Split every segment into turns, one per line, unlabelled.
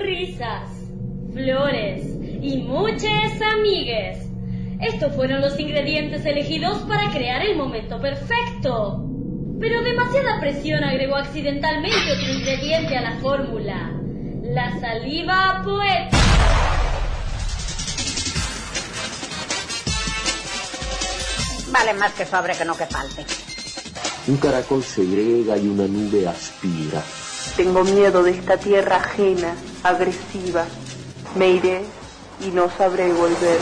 risas, flores y muchas amigues. Estos fueron los ingredientes elegidos para crear el momento perfecto. Pero demasiada presión agregó accidentalmente otro ingrediente a la fórmula, la saliva poética.
Vale más que sobre que no que falte.
Un caracol segrega y una nube aspira.
Tengo miedo de esta tierra ajena, agresiva. Me iré y no sabré volver.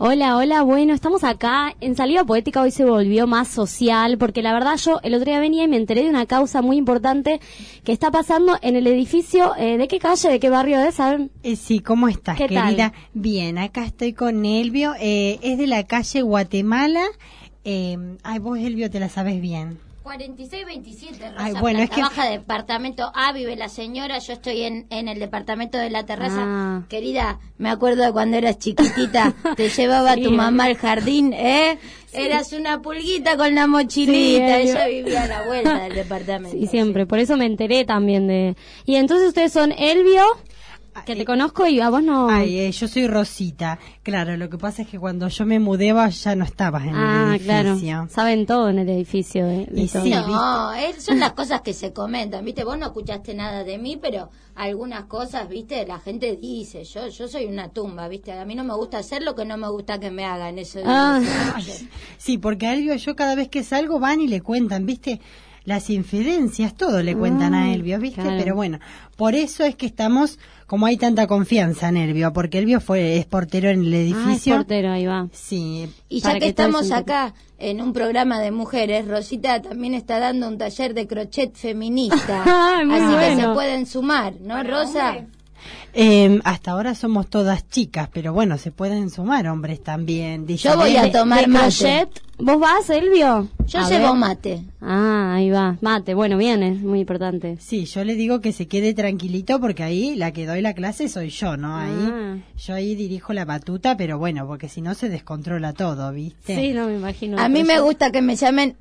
Hola, hola, bueno, estamos acá. En Salida Poética hoy se volvió más social, porque la verdad yo el otro día venía y me enteré de una causa muy importante que está pasando en el edificio. eh, ¿De qué calle, de qué barrio es? ¿Saben?
Eh, sí, ¿cómo estás,
¿Qué tal?
querida? Bien, acá estoy con Elvio. eh, es de la calle Guatemala. eh, ay, vos, Elvio, te la sabes bien.
4627, Rosa
Ay, bueno, es
Plata
que-
Baja, departamento A, vive la señora, yo estoy en, en el departamento de la terraza.
Ah.
Querida, me acuerdo de cuando eras chiquitita, te llevaba tu mamá al jardín, ¿eh? Eras una pulguita con la mochilita,
Sí,
ella
Elio.
vivía a la vuelta del departamento.
Y siempre, por eso me enteré también de... Y entonces ustedes son Elvio, que te conozco y a vos no...
Ah, eh, Ay, eh, yo soy Rosita. Claro, lo que pasa es que cuando yo me mudé, vos ya no estabas en
ah,
el
claro.
edificio.
Saben todo en el edificio. de- de
Y
todo.
sí.
No, es- son las cosas que se comentan, ¿viste? Vos no escuchaste nada de mí, pero algunas cosas, ¿viste? La gente dice, yo yo soy una tumba, ¿viste? A mí no me gusta hacer lo que no me gusta que me hagan, eso digo
Ah.
siempre.
Sí, porque a Elvio yo cada vez que salgo van y le cuentan, ¿viste? Las infidencias, todo le cuentan a
Ay,
Elvio, ¿viste?
Ah, claro.
Pero bueno, por eso es que estamos, como hay tanta confianza en Elvio, porque Elvio fue, es portero en el
Ah, es
edificio.
portero, ahí va.
Sí,
Y
Para
ya que,
que todo
estamos
se entere.
acá en un programa de mujeres, Rosita también está dando un taller de crochet feminista.
Ay, muy
Así que se
bueno.
pueden sumar, ¿no, Rosa?
Eh, hasta ahora somos todas chicas, pero bueno, se pueden sumar hombres también.
Yo voy a
diseñadores.
tomar
de
mate.
crochet. ¿Vos vas, Elvio?
Yo
A
llevo
ver.
mate.
Ah, ahí va. Mate, bueno, bien, es muy importante.
Sí, yo le digo que se quede tranquilito porque ahí la que doy la clase soy yo, ¿no? Ahí
Ah.
yo ahí dirijo la batuta, pero bueno, porque si no se descontrola todo, ¿viste?
Sí, no me imagino.
A mí me
Pero-
gusta que me llamen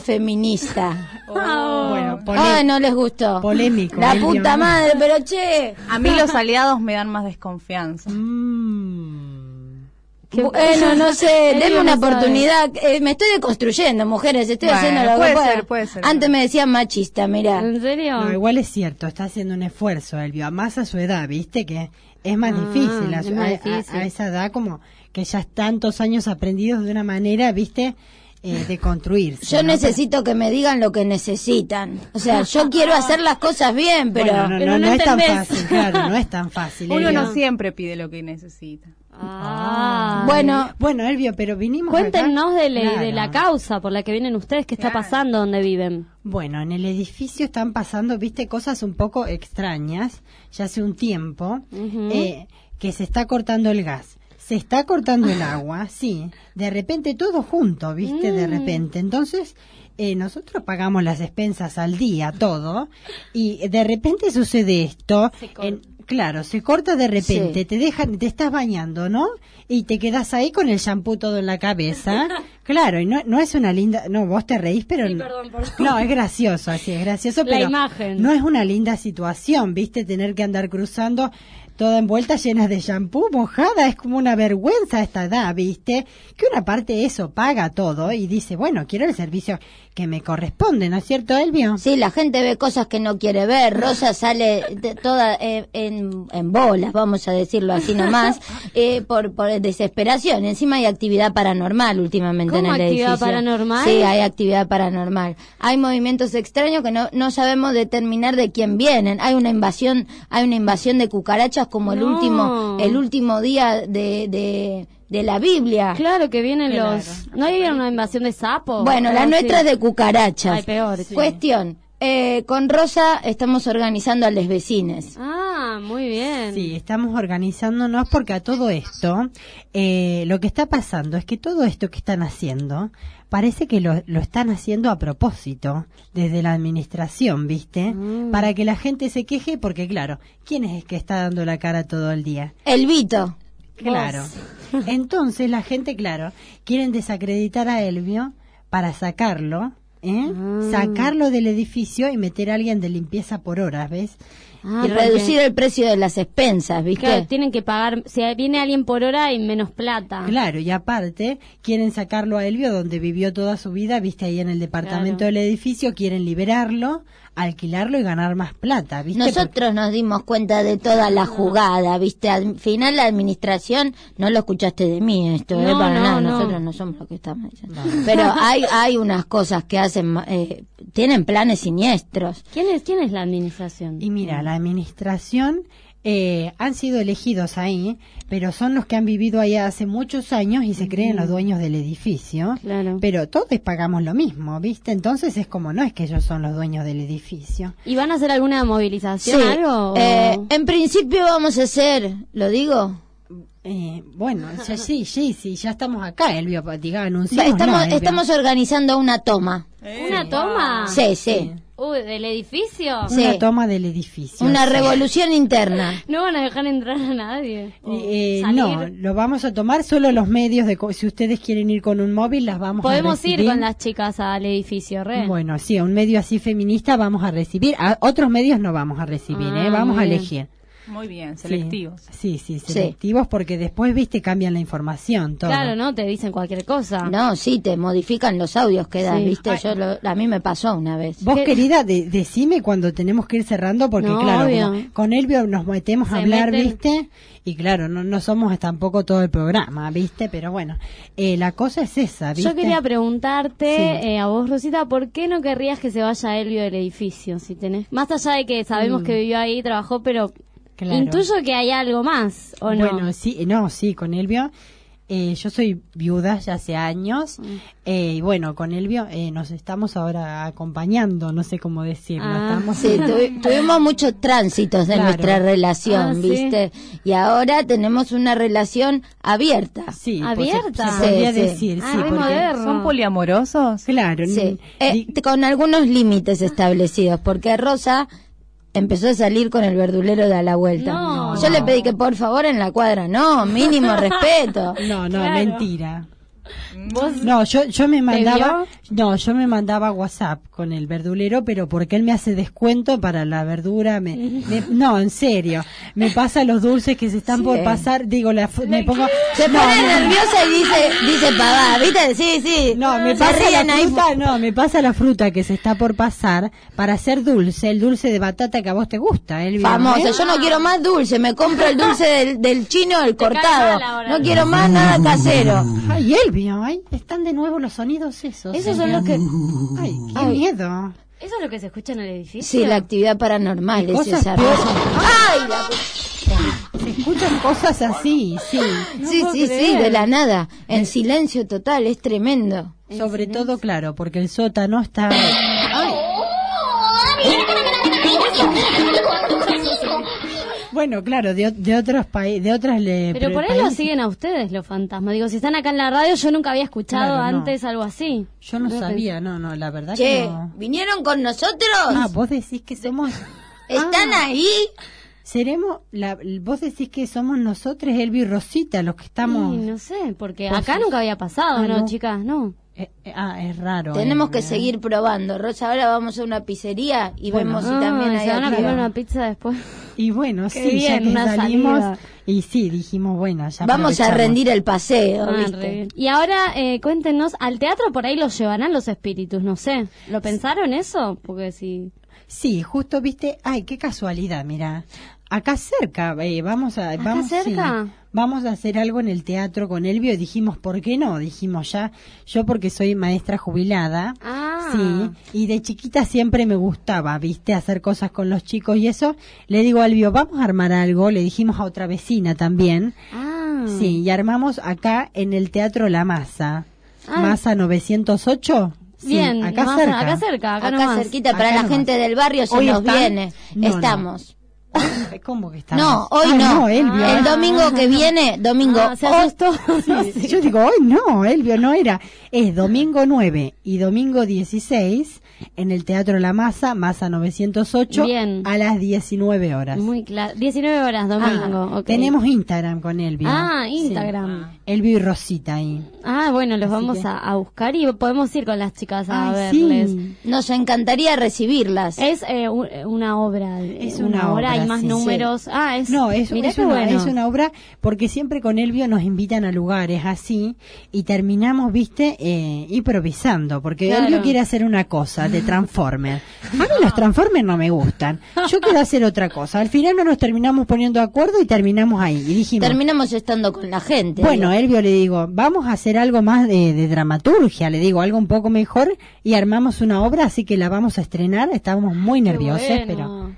feminista.
Ah,
Bueno, pole-
Ay, no les gustó.
polémico.
La
Elvio.
puta madre, pero che.
A mí los aliados me dan más desconfianza.
Mm.
Bueno, eh, no sé,
Elio
denme
no
una
sabe.
oportunidad. Eh, me estoy deconstruyendo, mujeres, estoy
Bueno,
haciendo lo que
puede
pueda.
ser, puede ser.
Antes me decían machista, mirá.
¿En serio?
No, igual es cierto, está haciendo un esfuerzo, Elvio, más a su edad, ¿viste? Que es más
Ah,
difícil, a,
es
su-
más
a- a-
difícil.
a esa edad como que ya es tantos años aprendidos de una manera, ¿viste? Eh, de construirse.
Yo
¿no?
necesito que me digan lo que necesitan. O sea, yo quiero hacer las cosas bien, pero...
Ah. Bueno, no,
pero
no
no
es tan
entendés.
fácil, claro, no es tan fácil.
Uno
Elvio.
no siempre pide lo que necesita.
Ah.
Bueno,
Bueno, Elvio, pero vinimos
Cuéntenos
acá-
de, la-
Claro.
de la causa por la que vienen ustedes, qué está
Claro.
pasando, dónde viven.
Bueno, en el edificio están pasando, viste, cosas un poco extrañas, ya hace un tiempo,
Ujú.
eh, que se está cortando el gas, se está cortando el agua, sí, de repente todo junto, viste, de repente. Entonces, eh, nosotros pagamos las expensas al día, todo, y de repente sucede esto. en- claro, se corta de repente,
Sí.
te dejan, te estás bañando, ¿no? Y te quedas ahí con el shampoo todo en la cabeza. Claro, y no, no es una linda, no, vos te reís, pero
Sí,
no-
perdón, perdón.
no, es gracioso, así es gracioso,
La
pero
imagen.
no es una linda situación, ¿viste? Tener que andar cruzando toda envuelta llenas de shampoo, mojada, es como una vergüenza a esta edad, ¿viste? Que una parte eso paga todo y dice, bueno, quiero el servicio que me corresponde, ¿no es cierto, Elvio?
sí, la gente ve cosas que no quiere ver. Rosa sale de- toda eh, en, en bolas, vamos a decirlo así nomás, eh, por, por desesperación. Encima hay actividad paranormal últimamente
¿Cómo
en el
actividad
edificio.
paranormal?
Sí, hay actividad paranormal. Hay movimientos extraños que no, no sabemos determinar de quién vienen. Hay una invasión, hay una invasión de cucarachas como el
No.
último, el último día de, de, de la Biblia.
Claro que vienen los... ¿No hay una invasión de sapos?
Bueno, la
Algo así.
nuestra es de cucarachas.
Oh, Ay, peor, sí.
Cuestión. eh, con Rosa estamos organizando a los vecines.
Ah, muy bien.
Sí, estamos organizándonos porque a todo esto, eh, lo que está pasando es que todo esto que están haciendo, parece que lo, lo están haciendo a propósito, desde la administración, ¿viste? Para que la gente se queje, porque claro, ¿quién es el que está dando la cara todo el día?
El Vito.
Claro. Entonces la gente, claro, quieren desacreditar a Elvio para sacarlo, ¿eh? Sacarlo del edificio y meter a alguien de limpieza por horas, ¿ves?
Ah,
y
porque-
reducir el precio de las expensas, ¿viste?
Claro, tienen que pagar, si viene alguien por hora y menos plata.
Claro, y aparte quieren sacarlo a Elvio, donde vivió toda su vida, viste ahí en el departamento
Claro.
del edificio, quieren liberarlo, alquilarlo y ganar más plata, viste.
Nosotros nos dimos cuenta de toda
Ah.
la jugada, ¿viste? Al final la administración, no lo escuchaste de mí esto, ¿eh?
No,
Para
no,
nada,
no.
nosotros no somos los que estamos diciendo. Pero hay, hay unas cosas que hacen, ma- eh, tienen planes siniestros.
¿Quién es, quién es la administración?
Y mira, la administración eh, han sido elegidos ahí, pero son los que han vivido ahí hace muchos años y se creen los dueños del edificio.
Claro.
Pero todos pagamos lo mismo, ¿viste? Entonces es como no es que ellos son los dueños del edificio.
¿Y van a hacer alguna movilización, algo? o-
Eh, en principio vamos a hacer, ¿lo digo?
Eh, bueno, ya, sí, sí, sí, ya estamos acá, Elvio, diga,
Va,
anunciamos.
estamos,
¿no, Elvio?
estamos organizando una toma.
Eh,
¿Una toma?
Ah,
Sí, sí.
Uy, ¿del edificio?
Sí.
Una toma del edificio.
Una
sí.
revolución interna.
No van a dejar entrar a nadie. O
Eh,
salir.
no, lo vamos a tomar solo los medios de... co- Si ustedes quieren ir con un móvil, las vamos a
Podemos ir
recibir.
con las chicas al edificio, re.
Bueno, sí, a un medio así feminista vamos a recibir. A otros medios no vamos a recibir,
Ah,
¿eh? Vamos
muy
a
bien.
elegir.
Muy bien,
Sí.
selectivos.
Sí, sí, selectivos, porque después, viste, cambian la información, todo.
claro, ¿no? Te dicen cualquier cosa.
No, sí, te modifican los audios que das,
Sí.
¿viste?
Ah. Ay.
Yo lo- a mí me pasó una vez.
Vos, querida, de- decime cuando tenemos que ir cerrando, porque
Eh, No,
claro,
obvio.
como con Elvio nos metemos a
Se
hablar,
meten.
¿viste? Y claro, no, no somos tampoco todo el programa, ¿viste? Pero bueno, eh, la cosa es esa, ¿viste?
Yo quería preguntarte
Sí.
eh, a vos, Rosita, ¿por qué no querrías que se vaya Elvio del edificio? si tenés Más allá de que sabemos que vivió ahí y trabajó, pero
Mm. Claro.
intuyo que hay algo más, ¿o no?
Bueno, sí, eh, no, sí, con Elvio. eh, yo soy viuda ya hace años
Mm.
eh, y bueno, con Elvio eh, nos estamos ahora acompañando, no sé cómo decirlo.
Ah,
estamos
Sí, tuvi- tuvimos muchos tránsitos de
Claro.
nuestra relación,
Ah, sí.
¿viste? Y ahora tenemos una relación abierta.
Sí,
Abierta.
Pues, se- se podría
Sí, sí.
decir,
Ah,
sí,
re
porque-
moderno.
¿Son poliamorosos?
claro,
Sí.
ni-
Eh,
di-
t- con algunos límites establecidos, porque Rosa empezó a salir con el verdulero de a la vuelta.
No.
Yo le pedí que por favor en la cuadra, no, mínimo respeto.
no, no,
claro.
mentira. No, yo, yo me mandaba, no, yo me mandaba WhatsApp con el verdulero, pero porque él me hace descuento para la verdura, me, me- no, en serio, me pasa los dulces que se están por pasar, digo, la, fu- me pongo,
Se
no,
pone
no,
nerviosa y dice, dice pavada, ¿viste? Sí, sí.
No, me
Se
pasa
ríen
la
ahí.
fruta, no, me pasa la fruta que se está por pasar para hacer dulce, el dulce de batata que a vos te gusta, Elvio.
Famoso,
¿eh?
yo no quiero más dulce, me compro el dulce del, del chino, el
cae
cortado.
mal ahora.
No quiero más nada casero.
Ay, Elvio, ay, están de nuevo los sonidos esos.
Esos son los que,
Ay, qué miedo.
¿Eso es lo que se escucha en el edificio?
Sí, la actividad paranormal es
Cosas
esa
peores.
razón. ¡Ay! la-
Se escuchan cosas así, sí.
sí, sí, sí, de la nada. En silencio total, es tremendo.
Sobre todo, claro, porque el sótano está... Bueno, claro, de, o- de otros países, de otras le...
Pero por ahí
países.
lo siguen a ustedes los fantasmas. Digo, si están acá en la radio, yo nunca había escuchado
Claro, no.
antes algo así.
Yo no sabía, no, no, la verdad que
Che,
no.
¿vinieron con nosotros?
Ah, vos decís que somos...
¿Están ahí?
Seremos, la, vos decís que somos nosotros, Elvi y Rosita, los que estamos.
Y no sé, porque
Vos
acá
sos-
nunca había pasado,
Ah,
¿no,
no.
chicas? No.
Eh, eh, ah, es raro.
Tenemos
Elvi,
que
¿eh?
seguir probando. Rosa, ahora vamos a una pizzería y
Bueno.
vemos si
Ah,
también hay
se van a comer
arriba.
una pizza después.
Y bueno,
Qué
sí, ya
bien,
que
una
salimos.
salida.
Y sí, dijimos, bueno, ya.
Vamos a
aprovechamos.
rendir el paseo,
Ah, re
¿viste?
bien. y ahora eh, cuéntenos, al teatro por ahí los llevarán los espíritus, no sé. ¿Lo pensaron eso? Porque si...
Sí, justo viste, ay, qué casualidad, mira. Acá cerca, eh, vamos a.
¿Acá
vamos, sí,
cerca?
vamos a hacer algo en el teatro con Elvio. y Dijimos, ¿por qué no? Dijimos ya, yo porque soy maestra jubilada.
Ah.
Sí, y de chiquita siempre me gustaba, viste, hacer cosas con los chicos y eso. Le digo a Elvio, vamos a armar algo, le dijimos a otra vecina también.
Ah.
Sí, y armamos acá en el Teatro La Masa.
Ah.
Masa 908. Sí,
Bien,
acá
más-
cerca.
acá cerca, acá,
Acá
nomás.
cerquita,
Acá
para la
nomás.
gente del barrio se
Hoy
nos
están-
viene.
No, Ah, no.
Estamos.
¿Cómo que está?
No, hoy
Ay,
no.
Elvio. ¿eh?
el
Ah,
domingo que viene, domingo.
Ah, se
hoy-
asustó.
Sí, sí, Yo digo, hoy no, Elvio no era. Es domingo 9 y domingo 16 en el Teatro La Masa, Masa 908,
Bien.
a las 19 horas.
Muy claro. 19 horas domingo.
Ah,
ok.
Tenemos Instagram con Elvio.
Ah,
Sí.
Instagram.
Elvio y Rosita ahí.
Ah, bueno, los
Así
vamos
que-
a, a buscar y podemos ir con las chicas a
Ay, sí.
verles.
Nos encantaría recibirlas.
Es eh, u- eh, una obra, eh,
Es
una,
una
obra, hay
obra,
más
sí, sí.
números. Ah, es,
No, es,
mirá
es
qué
una,
bueno.
es una obra porque siempre con Elvio nos invitan a lugares así y terminamos, viste, eh, improvisando, porque
Claro. Ah.
Elvio quiere hacer una cosa de Transformer. A mí los Transformers no me gustan. Yo quiero hacer otra cosa. Al final no nos terminamos poniendo de acuerdo y terminamos ahí. Y dijimos,
Terminamos estando con la gente.
bueno,
digo.
Elvio le digo, vamos a hacer algo más de, de dramaturgia, le digo, algo un poco mejor y armamos una obra, así que la vamos a estrenar. Estábamos muy
Qué
nerviosos,
bueno.
pero...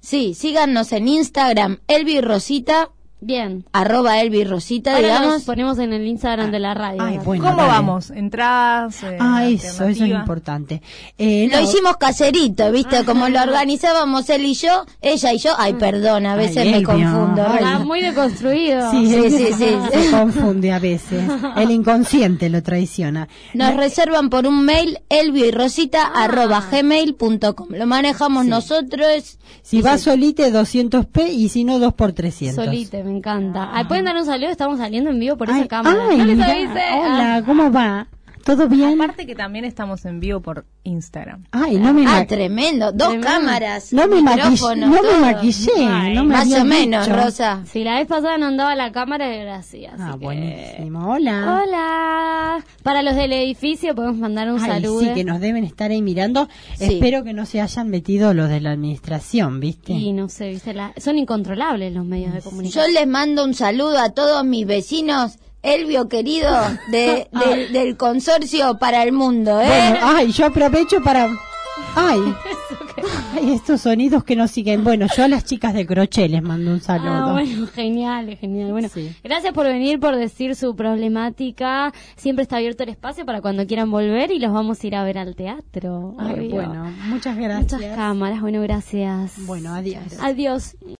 Sí, síganos en Instagram, Elvi y Rosita,
Bien.
arroba Elvi y Rosita,
Ahora nos
digamos.
ponemos en el Instagram de la radio.
Ah. Ay, bueno,
¿Cómo
dale.
vamos? ¿Entradas? eh,
Ah, eso, eso es
alternativa?
importante. Eh,
Lo
no,
hicimos caserito,
Ah.
¿viste? Como lo organizábamos él y yo, ella y yo. Ay, perdón, a veces
Ay,
me
Elvio.
confundo.
Ay.
Está
Rey.
muy deconstruido.
Sí,
Sí,
él
sí, sí, sí.
se confunde a veces. El inconsciente lo traiciona.
Nos reservan por un mail, elvio y rosita,
Ah.
arroba gmail.com. Lo manejamos nosotros.
Si va solite 200p y si no 2 por 300.
Solite, me encanta. Ay, ¿Pueden dar un saludo? Estamos saliendo en vivo por
Ay,
esa cámara.
ay,
no les
mirá.
avise.
Hola, ¿cómo va? ¿Todo bien?
Aparte que también estamos en vivo por Instagram.
Ay, no me,
Ah,
ma-
tremendo. Dos cámaras.
no me, maquillé,
micrófono,
no me
todo.
maquillé.
Ay,
no me
Más
habían
o menos,
dicho.
Rosa.
Ah, Si la vez pasada no andaba la cámara, era así. así
Ah,
que-
buenísimo. Hola.
Hola. Para los del edificio podemos mandar un
Ay,
saludo.
sí, que nos deben estar ahí mirando.
Sí.
Espero que no se hayan metido los de la administración, ¿viste?
Y no sé, viste, la- son incontrolables los medios de
Yo
comunicación.
les mando un saludo a todos mis vecinos, Elvio querido, de- del, del consorcio para el mundo, ¿eh?
Ah. Bueno, ay, yo aprovecho para. Ay. Ay, estos sonidos que nos siguen. Bueno, yo a las chicas de crochet les mando un saludo.
Ah, bueno, genial, genial. Bueno,
Sí.
gracias por venir, por decir su problemática. Siempre está abierto el espacio para cuando quieran volver y los vamos a ir a ver al teatro.
Ay,
obvio.
bueno, muchas gracias.
Muchas cámaras, bueno, gracias.
Bueno, adiós.
Adiós.